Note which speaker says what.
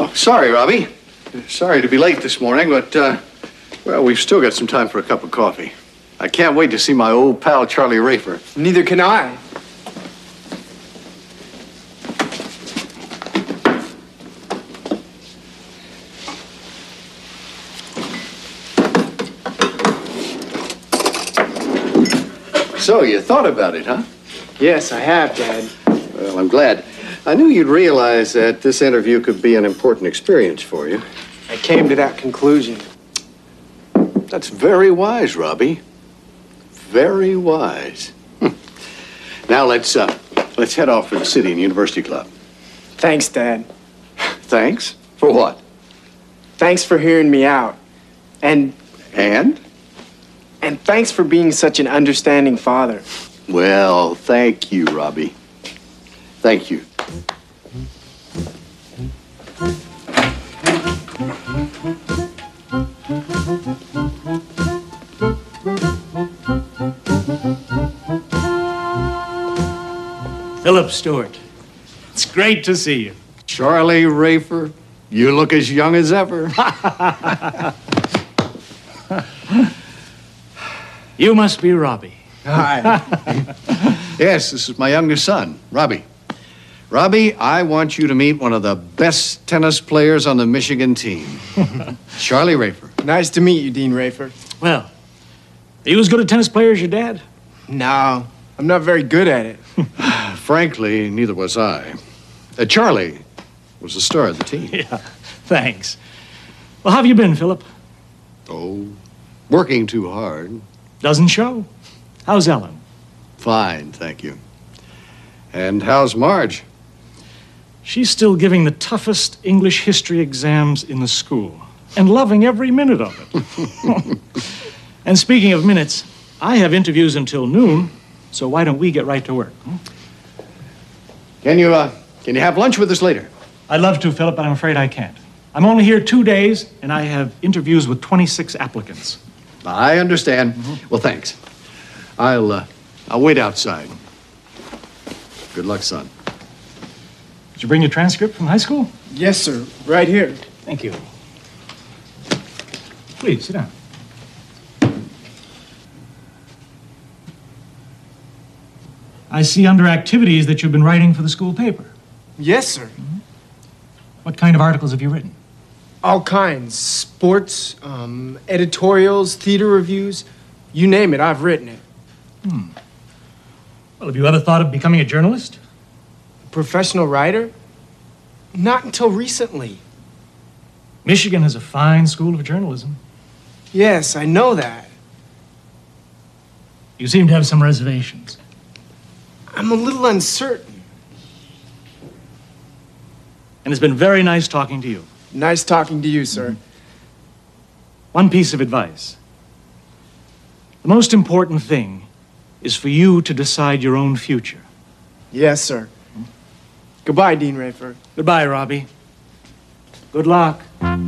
Speaker 1: Oh, Sorry, Robbie. Sorry to be late this morning, but, uh, well, we've still got some time for a cup of coffee. I can't wait to see my old pal Charlie Rafer.
Speaker 2: Neither can I.
Speaker 1: So, you thought about it, huh?
Speaker 2: Yes, I have, Dad.
Speaker 1: Well, I'm glad. I knew you'd realize that this interview could be an important experience for you.
Speaker 2: I came to that conclusion.
Speaker 1: That's very wise, Robbie. Very wise. Hmm. now let's uh, let's head off for the city and university club.
Speaker 2: Thanks, Dad.
Speaker 1: Thanks for what?
Speaker 2: Thanks for hearing me out. And
Speaker 1: And
Speaker 2: and thanks for being such an understanding father.
Speaker 1: well, thank you, Robbie. Thank you.
Speaker 3: Philip Stewart, it's great to see you.
Speaker 1: Charlie Rafer, you look as young as ever.
Speaker 3: You must be Robbie.
Speaker 2: Hi.
Speaker 1: yes, this is my youngest son, Robbie. Robbie, I want you to meet one of the best tennis players on the Michigan team, Charlie Rafer.
Speaker 2: nice to meet you, Dean Rafer.
Speaker 3: Well, are you as good a tennis player as your dad?
Speaker 2: No, I'm not very good at it.
Speaker 1: Frankly, neither was I. Uh, Charlie was the star of the team.
Speaker 3: Yeah, thanks. Well, how have you been, Philip?
Speaker 1: Oh, working too hard.
Speaker 3: Doesn't show. How's Ellen?
Speaker 1: Fine, thank you. And how's Marge?
Speaker 3: She's still giving the toughest English history exams in the school and loving every minute of it. and speaking of minutes, I have interviews until noon, so why don't we get right to work? hmm?
Speaker 1: Can you, uh, can you have lunch with us later?
Speaker 3: I'd love to, Philip, but I'm afraid I can't. I'm only here two days, and I have interviews with 26 applicants.
Speaker 1: I understand. Well, thanks. I'll, uh, I'll wait outside. Good luck, son.
Speaker 3: Did you bring your transcript from high school?
Speaker 2: Yes, sir. Right here.
Speaker 3: Thank you. Please, sit down. I see under activities that you've been writing for the school paper.
Speaker 2: Yes, sir.
Speaker 3: What kind of articles have you written?
Speaker 2: All kinds sports, um, editorials, theater reviews you name it, I've written it.
Speaker 3: Well, have you ever thought of becoming a journalist?
Speaker 2: Professional writer? Not until recently.
Speaker 3: Michigan has a fine school of journalism.
Speaker 2: Yes, I know that.
Speaker 3: You seem to have some reservations.
Speaker 2: I'm a little uncertain.
Speaker 3: And it's been very nice talking to you.
Speaker 2: Nice talking to you, sir.
Speaker 3: One piece of advice. The most important thing is for you to decide your own future.
Speaker 2: Yes, sir. Goodbye, Dean Rafer.
Speaker 3: Goodbye, Robbie. Good luck.